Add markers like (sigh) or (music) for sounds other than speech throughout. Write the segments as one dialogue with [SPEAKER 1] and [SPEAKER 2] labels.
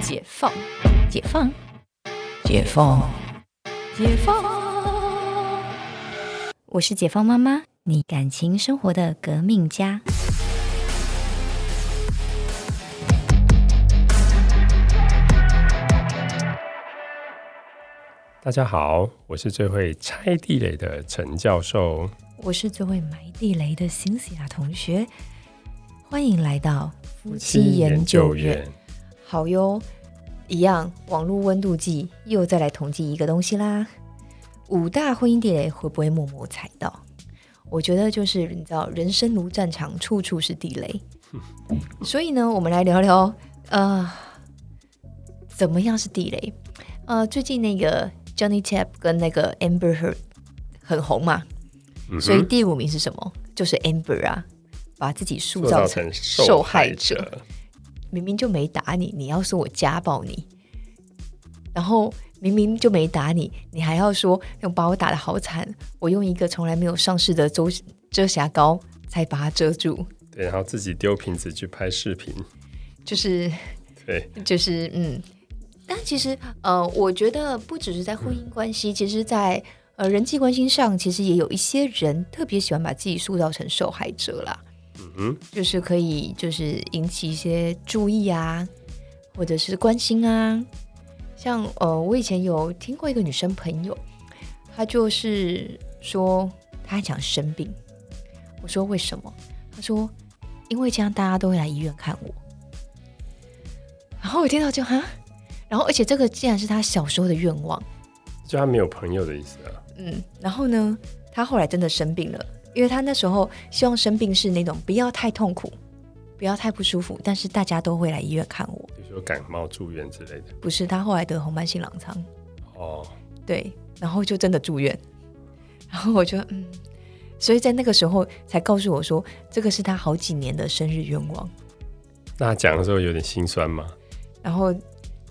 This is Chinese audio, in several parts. [SPEAKER 1] 解放，解放，解放，解放。
[SPEAKER 2] 我是解放妈妈，你感情生活的革命家。
[SPEAKER 3] 大家好，我是最会拆地雷的陈教授。
[SPEAKER 2] 我是最会埋地雷的辛西亚同学，欢迎来到夫妻研究院。，好哟，一样，网络温度计又再来统计一个东西啦。五大婚姻地雷会不会默默踩到？我觉得就是你知道，人生如战场，处处是地雷。所以呢，我们来聊聊，呃，怎么样是地雷？呃，最近那个 Johnny Depp 跟那个 Amber Heard 很红嘛，
[SPEAKER 3] 嗯哼
[SPEAKER 2] 所以第五名是什么？就是 Amber 啊，把自己塑
[SPEAKER 3] 塑
[SPEAKER 2] 造
[SPEAKER 3] 造
[SPEAKER 2] 成
[SPEAKER 3] 成
[SPEAKER 2] 受
[SPEAKER 3] 受
[SPEAKER 2] 害
[SPEAKER 3] 害
[SPEAKER 2] 者
[SPEAKER 3] 者，
[SPEAKER 2] 明明就没打你，你要说我家暴你，然后明明就没打你，你还要说用把我打得好惨，我用一个从来没有上市的遮遮瑕膏才把它遮住，
[SPEAKER 3] 对，然后自己丢瓶子去拍视频，
[SPEAKER 2] 就是
[SPEAKER 3] 对，
[SPEAKER 2] 就是嗯，但其实呃，我觉得不只是在婚姻关系，其实在呃人际关系上，其实也有一些人特别喜欢把自己塑造成受害者啦。
[SPEAKER 3] 嗯
[SPEAKER 2] 就是可以就是引起一些注意啊，或者是关心啊。像呃，我以前有听过一个女生朋友，她就是说她很想生病，我说为什么？她说因为这样大家都会来医院看我。然后我听到就哈，然后而且这个竟然是她小时候的愿望。
[SPEAKER 3] 就他没有朋友的意思啊。
[SPEAKER 2] 嗯，然后呢，他后来真的生病了，因为他那时候希望生病是那种不要太痛苦，不要太不舒服，但是大家都会来医院看我。
[SPEAKER 3] 比如说感冒住院之类的。
[SPEAKER 2] 不是，他后来得红斑性狼疮，
[SPEAKER 3] 哦，
[SPEAKER 2] 对，然后就真的住院。然后我就嗯，所以在那个时候才告诉我说，这个是他好几年的生日愿望。
[SPEAKER 3] 那他讲的时候有点心酸吗？
[SPEAKER 2] 然后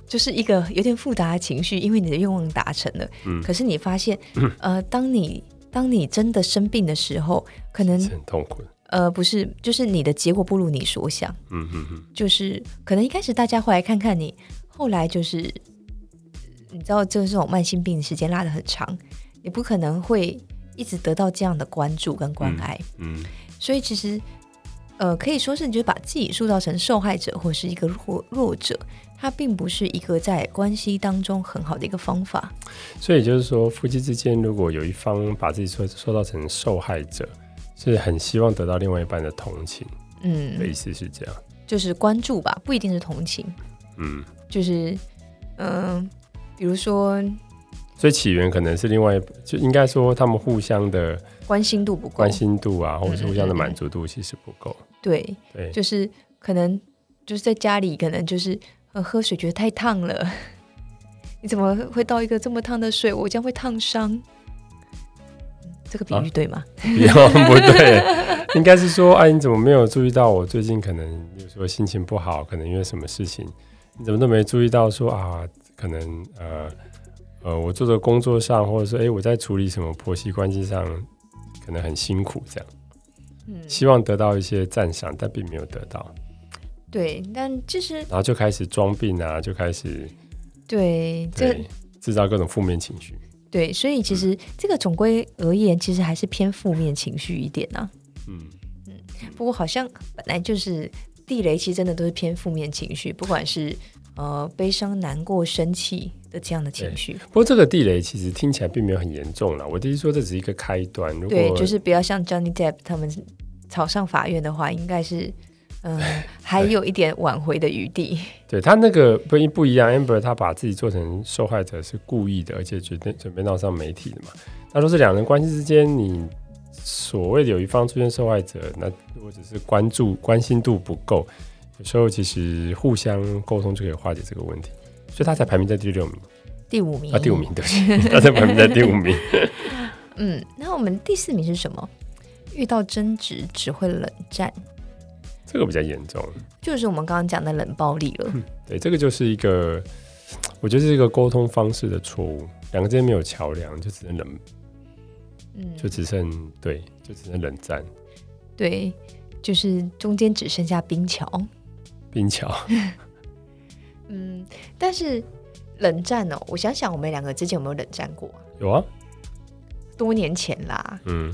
[SPEAKER 2] 就是一个有点复杂的情绪，因为你的愿望达成了，
[SPEAKER 3] 嗯
[SPEAKER 2] 可是你发
[SPEAKER 3] (laughs)
[SPEAKER 2] 现，呃，当你当你真的生病的时候，可能
[SPEAKER 3] 是很痛苦的。
[SPEAKER 2] 呃，不是，就是你的结果不如你所想，
[SPEAKER 3] 嗯嗯嗯，
[SPEAKER 2] 就是可能一开始大家会来看看你，后来就是呃你知道，这种慢性病时间拉得很长，你不可能会一直得到这样的关注跟关爱，
[SPEAKER 3] 嗯，
[SPEAKER 2] 所以其实呃，可以说是你就把自己塑造成受害者或是一个弱弱者，它并不是一个在关系当中很好的一个方法。
[SPEAKER 3] 所以就是说，夫妻之间如果有一方把自己塑塑造成受害者，是很希望得到另外一半的同情的
[SPEAKER 2] 嗯
[SPEAKER 3] 意，思是这样。
[SPEAKER 2] 就是关注吧，不一定是同情，
[SPEAKER 3] 嗯，
[SPEAKER 2] 就是嗯、比如说
[SPEAKER 3] 所以起源可能是另外一，就应该说他们互相的
[SPEAKER 2] 关心度不够，
[SPEAKER 3] 关心度啊，或者是互相的
[SPEAKER 2] 嗯嗯嗯
[SPEAKER 3] 满足度其实不够。
[SPEAKER 2] 对，
[SPEAKER 3] 对，
[SPEAKER 2] 就是可能就是在家里，可能就是呃喝水觉得太烫了， (laughs) 你怎么会倒一个这么烫的水？我这样会烫伤。嗯这个比
[SPEAKER 3] 啊
[SPEAKER 2] 喻对吗？
[SPEAKER 3] 比较不对，应该是说，哎，你怎么没有注意到我最近可能，比如说心情不好，可能因为什么事情，你怎么都没注意到说啊，可能呃呃，我做的工作上，或者说哎，我在处理什么婆媳关系上，可能很辛苦，这样
[SPEAKER 2] 嗯，
[SPEAKER 3] 希望得到一些赞赏，但并没有得到，
[SPEAKER 2] 对。但其实
[SPEAKER 3] 然后就开始装病啊，就开始
[SPEAKER 2] 对这
[SPEAKER 3] 对嗯制造各种负面情绪。
[SPEAKER 2] 对，所以其实这个总归而言，其实还是偏负面情绪一点啊。
[SPEAKER 3] 嗯，
[SPEAKER 2] 不过好像本来就是地雷，其实真的都是偏负面情绪，不管是呃悲伤、难过、生气的这样的情
[SPEAKER 3] 对
[SPEAKER 2] 绪。
[SPEAKER 3] 不过这个地雷其实听起来并没有很严重啦，我的意思说这只是一个开端，如果
[SPEAKER 2] 对，就是不要像 Johnny Depp 他们吵上法院的话，应该是嗯、还有一点挽回的余地。
[SPEAKER 3] 对他那个不一不一样，Amber 他把自己做成受害者是故意的，而且决定准备闹上媒体的嘛。他说是两人关系之间，你所谓的有一方出现受害者，那如果只是关注关心度不够，有时候其实互相沟通就可以化解这个问题。所以他才排名在第六名
[SPEAKER 2] 第五名
[SPEAKER 3] 啊，第五，名，对
[SPEAKER 2] (laughs)
[SPEAKER 3] 不起，他才排名在第五名。
[SPEAKER 2] 嗯，那我们第四名是什么？遇到争执只会冷战，
[SPEAKER 3] 这个比较严重，
[SPEAKER 2] 就是我们刚刚讲的冷暴力了。
[SPEAKER 3] 对，这个就是一个，我觉得是一个沟通方式的错误，两个之间没有桥梁，就只能冷，
[SPEAKER 2] 嗯，
[SPEAKER 3] 就只剩对，就只能冷战。
[SPEAKER 2] 对，就是中间只剩下冰桥。
[SPEAKER 3] 冰桥，
[SPEAKER 2] 嗯，但是冷战哦，我想想，我们两个之前有没有冷战过啊？
[SPEAKER 3] 有啊，
[SPEAKER 2] 多年前啦，
[SPEAKER 3] 嗯，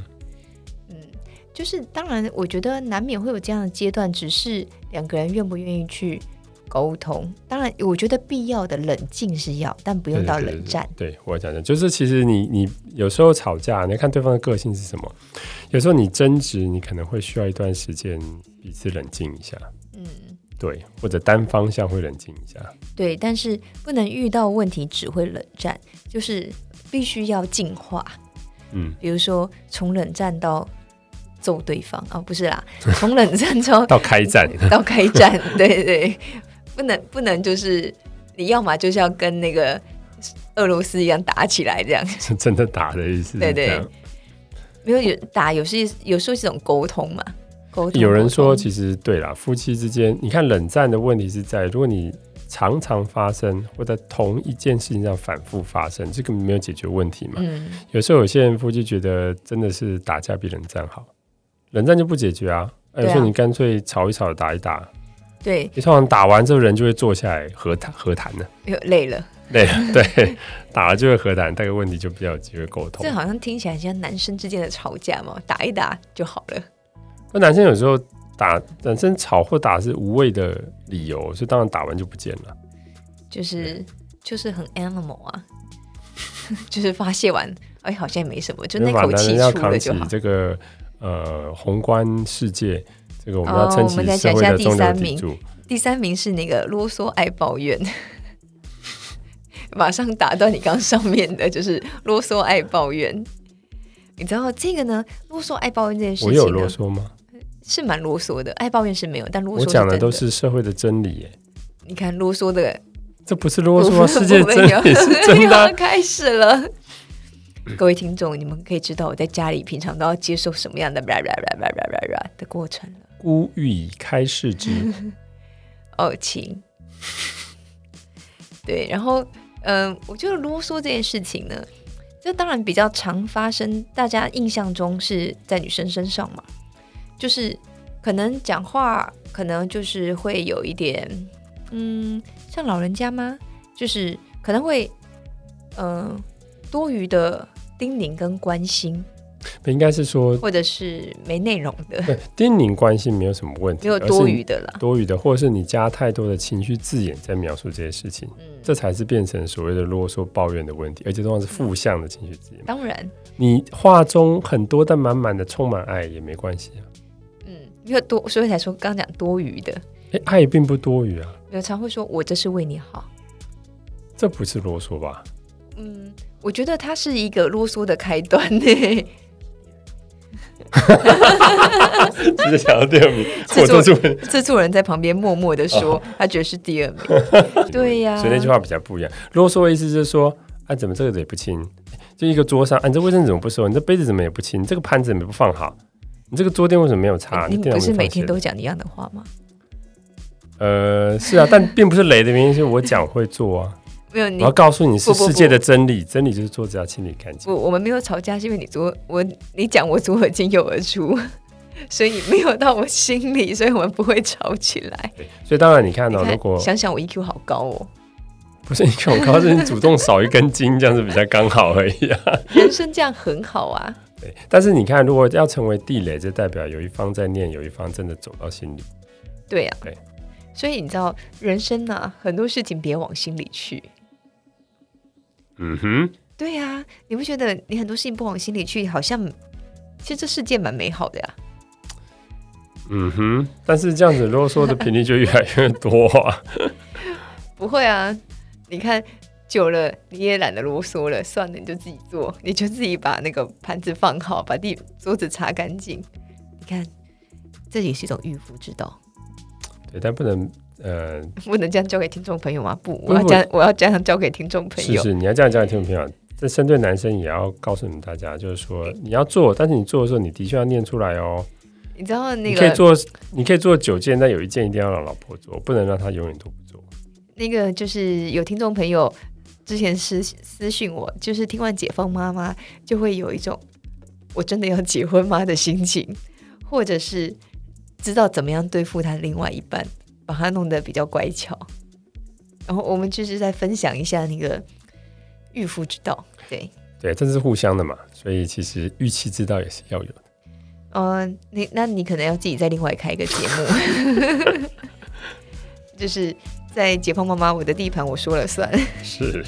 [SPEAKER 2] 嗯，就是当然，我觉得难免会有这样的阶段，只是两个人愿不愿意去沟通。当然，我觉得必要的冷静是要，但不用到冷战。
[SPEAKER 3] 对我讲的，就是其实你你有时候吵架，你要看对方的个性是什么。有时候你争执，你可能会需要一段时间彼此冷静一下，
[SPEAKER 2] 嗯，
[SPEAKER 3] 对，或者单方向会冷静一下。
[SPEAKER 2] 对，但是不能遇到问题只会冷战，就是必须要进化。
[SPEAKER 3] 嗯，
[SPEAKER 2] 比如说从冷战到揍对方啊、哦，不是
[SPEAKER 3] (laughs)
[SPEAKER 2] 啦，从冷战之后
[SPEAKER 3] 到开战，
[SPEAKER 2] (laughs)
[SPEAKER 3] (laughs)
[SPEAKER 2] 到开战，对对对，不能不能就是你要么就是要跟那个俄罗斯一样打起来这样，
[SPEAKER 3] 是真的打的意思。
[SPEAKER 2] 对对
[SPEAKER 3] 这样
[SPEAKER 2] (laughs) 没有有打有时有时候是一种沟通嘛，沟通。
[SPEAKER 3] 有人
[SPEAKER 2] 沟
[SPEAKER 3] 说，
[SPEAKER 2] 通
[SPEAKER 3] 其实对啦，夫妻之间，你看冷战的问题是在，如果你常常发生，或在同一件事情上反复发生，这根本没有解决问题嘛。
[SPEAKER 2] 嗯，
[SPEAKER 3] 有时候有些人夫妻觉得真的是打架比冷战好，冷战就不解决啊。哎有
[SPEAKER 2] 对啊
[SPEAKER 3] 时候你干脆吵一吵，打一打，
[SPEAKER 2] 对，
[SPEAKER 3] 你通常打完之后人就会坐下来和谈和谈的，
[SPEAKER 2] 又累了。
[SPEAKER 3] 对
[SPEAKER 2] (laughs)
[SPEAKER 3] 对，打了就会和谈，但个问题就比较有机会沟通
[SPEAKER 2] 这。好像听起来很像男生之间的吵架嘛，打一打就好了。
[SPEAKER 3] 那男生有时候打男生吵或打是无谓的理由，所以当然打完就不见了。
[SPEAKER 2] 就是就是很 animal 啊， (laughs) 就是发泄完，哎，好像也没什么，就那
[SPEAKER 3] 因为把
[SPEAKER 2] 口
[SPEAKER 3] 男
[SPEAKER 2] 气
[SPEAKER 3] 人要
[SPEAKER 2] 出
[SPEAKER 3] 扛
[SPEAKER 2] 了
[SPEAKER 3] 起
[SPEAKER 2] 就好。
[SPEAKER 3] 这个呃宏观世界，这个我们
[SPEAKER 2] 哦
[SPEAKER 3] 要撑
[SPEAKER 2] 我
[SPEAKER 3] 起
[SPEAKER 2] 们再
[SPEAKER 3] 社
[SPEAKER 2] 讲
[SPEAKER 3] 会
[SPEAKER 2] 一下
[SPEAKER 3] 的
[SPEAKER 2] 第
[SPEAKER 3] 中流
[SPEAKER 2] 三
[SPEAKER 3] 砥
[SPEAKER 2] 名
[SPEAKER 3] 柱。
[SPEAKER 2] 第三名是那个啰嗦爱抱怨， (laughs) 马上打断你刚上面的，就是啰嗦爱抱怨。你知道这个呢？啰嗦爱抱怨这件事
[SPEAKER 3] 我有
[SPEAKER 2] 情啊
[SPEAKER 3] 啰
[SPEAKER 2] 呢，
[SPEAKER 3] 嗦吗？
[SPEAKER 2] 是蛮啰嗦的。爱抱怨是没有，但啰嗦是
[SPEAKER 3] 我讲的
[SPEAKER 2] 真
[SPEAKER 3] 都是社会的真理耶，
[SPEAKER 2] 你看啰嗦的
[SPEAKER 3] 这不是啰嗦
[SPEAKER 2] (laughs) 我
[SPEAKER 3] 啊，
[SPEAKER 2] 们
[SPEAKER 3] 世界真理是真的
[SPEAKER 2] 我
[SPEAKER 3] 啊
[SPEAKER 2] 们又。开始了。各位听众，你们可以知道我在家里平常都要接受什么样的 blah blah blah blah blah blah blah 的过程了。
[SPEAKER 3] 孤欲以开世之，
[SPEAKER 2] 哦，请。 (laughs) 对，然后嗯、我觉得啰嗦这件事情呢，这当然比较常发生，大家印象中是在女生身上嘛，就是可能讲话，可能就是会有一点，嗯，像老人家吗？就是可能会，嗯、多余的叮咛跟关心，
[SPEAKER 3] 应该
[SPEAKER 2] (laughs)
[SPEAKER 3] 是说
[SPEAKER 2] 或者是没内容的，
[SPEAKER 3] 对叮咛关系没有什么问题，
[SPEAKER 2] 没有
[SPEAKER 3] 而
[SPEAKER 2] 多
[SPEAKER 3] 是
[SPEAKER 2] 余的啦。
[SPEAKER 3] 多余的，或者是你加太多的情绪字眼在描述这些事情，
[SPEAKER 2] 嗯，
[SPEAKER 3] 这才是变成所谓的啰嗦抱怨的问题，而且通常是负向的情绪字眼。
[SPEAKER 2] 当然，
[SPEAKER 3] 你话中很多但满满的充满爱也没关系啊，
[SPEAKER 2] 嗯，没有多，所以才说刚刚讲多余的。
[SPEAKER 3] 诶哎爱并不多余啊，
[SPEAKER 2] 有常会说我这是为你好。
[SPEAKER 3] 这不是啰嗦吧？
[SPEAKER 2] 嗯，我觉得它是一个啰嗦的开端欸呢。
[SPEAKER 3] (laughs) 只是想要第二
[SPEAKER 2] (laughs)
[SPEAKER 3] 名，
[SPEAKER 2] 制
[SPEAKER 3] 我
[SPEAKER 2] 作
[SPEAKER 3] 做出
[SPEAKER 2] (laughs) 制作人在旁边默默的说，他觉得是第二名。
[SPEAKER 3] (laughs)
[SPEAKER 2] 对呀、
[SPEAKER 3] 所以那句话比较哦不一样。啰嗦的意思就是说，啊，怎么这个也不清？就一个桌上，啊，你这卫生纸怎么不收？你这杯子怎么也不清？你这个盘子怎么不放好？你这个桌垫为什么没有擦？
[SPEAKER 2] 你
[SPEAKER 3] 你电脑
[SPEAKER 2] 不是
[SPEAKER 3] 为什么
[SPEAKER 2] 每
[SPEAKER 3] 放斜
[SPEAKER 2] 天
[SPEAKER 3] 的
[SPEAKER 2] 都讲一样的话吗？
[SPEAKER 3] 呃是啊，但并不是雷的原因是我讲会做啊，
[SPEAKER 2] 没有
[SPEAKER 3] 我
[SPEAKER 2] (laughs) 你
[SPEAKER 3] 要，告诉你是
[SPEAKER 2] 不不不
[SPEAKER 3] 世界的真理，真理就是桌子要清理干净
[SPEAKER 2] 我。我们没有吵架，是因为你左我你讲我左耳进右耳出， (laughs) 所以你没有到我心里，所以我们不会吵起来。
[SPEAKER 3] 对所以当然你看
[SPEAKER 2] 你
[SPEAKER 3] 到、如
[SPEAKER 2] 看，
[SPEAKER 3] 果
[SPEAKER 2] 想想我 EQ 好高哦，
[SPEAKER 3] 不是你看我告诉你主动少一根筋，这样子比较刚好而已啊。
[SPEAKER 2] 人生这样很好啊。
[SPEAKER 3] 对，但是你看，如果要成为地雷，就代表有一方在念，有一方真的走到心里。
[SPEAKER 2] 对呀、
[SPEAKER 3] 对
[SPEAKER 2] 所以你知道，人生呢、很多事情别往心里去。
[SPEAKER 3] 嗯哼，
[SPEAKER 2] 对呀、你不觉得你很多事情不往心里去，好像其实这世界蛮美好的呀、
[SPEAKER 3] 嗯哼，但是这样子啰嗦的频率就越来越多啊。
[SPEAKER 2] 不会啊，你看久了你也懒得啰嗦了，算了，你就自己做，你就自己把那个盘子放好，把地桌子擦干净。你看，这也是一种驭夫之道， (laughs)
[SPEAKER 3] 对，但不能呃，
[SPEAKER 2] 不能这样交给听众朋友吗？不，
[SPEAKER 3] 不
[SPEAKER 2] 我要
[SPEAKER 3] 不
[SPEAKER 2] 这样，我要这样交给听众朋
[SPEAKER 3] 是
[SPEAKER 2] 友。
[SPEAKER 3] 是，你要这样这样听众朋友，这针对男生也要告诉你们大家，就是说你要做，但是你做的时候，你的确要念出来哦。
[SPEAKER 2] 你知道那
[SPEAKER 3] 你可以
[SPEAKER 2] 个
[SPEAKER 3] 做，你可以做九件，但有一件一定要让老婆做，不能让她永远都不做。
[SPEAKER 2] 那个就是有听众朋友之前私私讯我，就是听完《解放妈妈》就会有一种我真的要结婚吗的心情，或者是知道怎么样对付他另外一半，把他弄得比较乖巧。然后我们就是在分享一下那个预付之道，对，
[SPEAKER 3] 对，这是互相的嘛，所以其实预期之道也是要有的。
[SPEAKER 2] 呃，你那你可能要自己再另外开一个节目， (laughs) 就是在解放妈妈我的地盘，我说了算。
[SPEAKER 3] 是，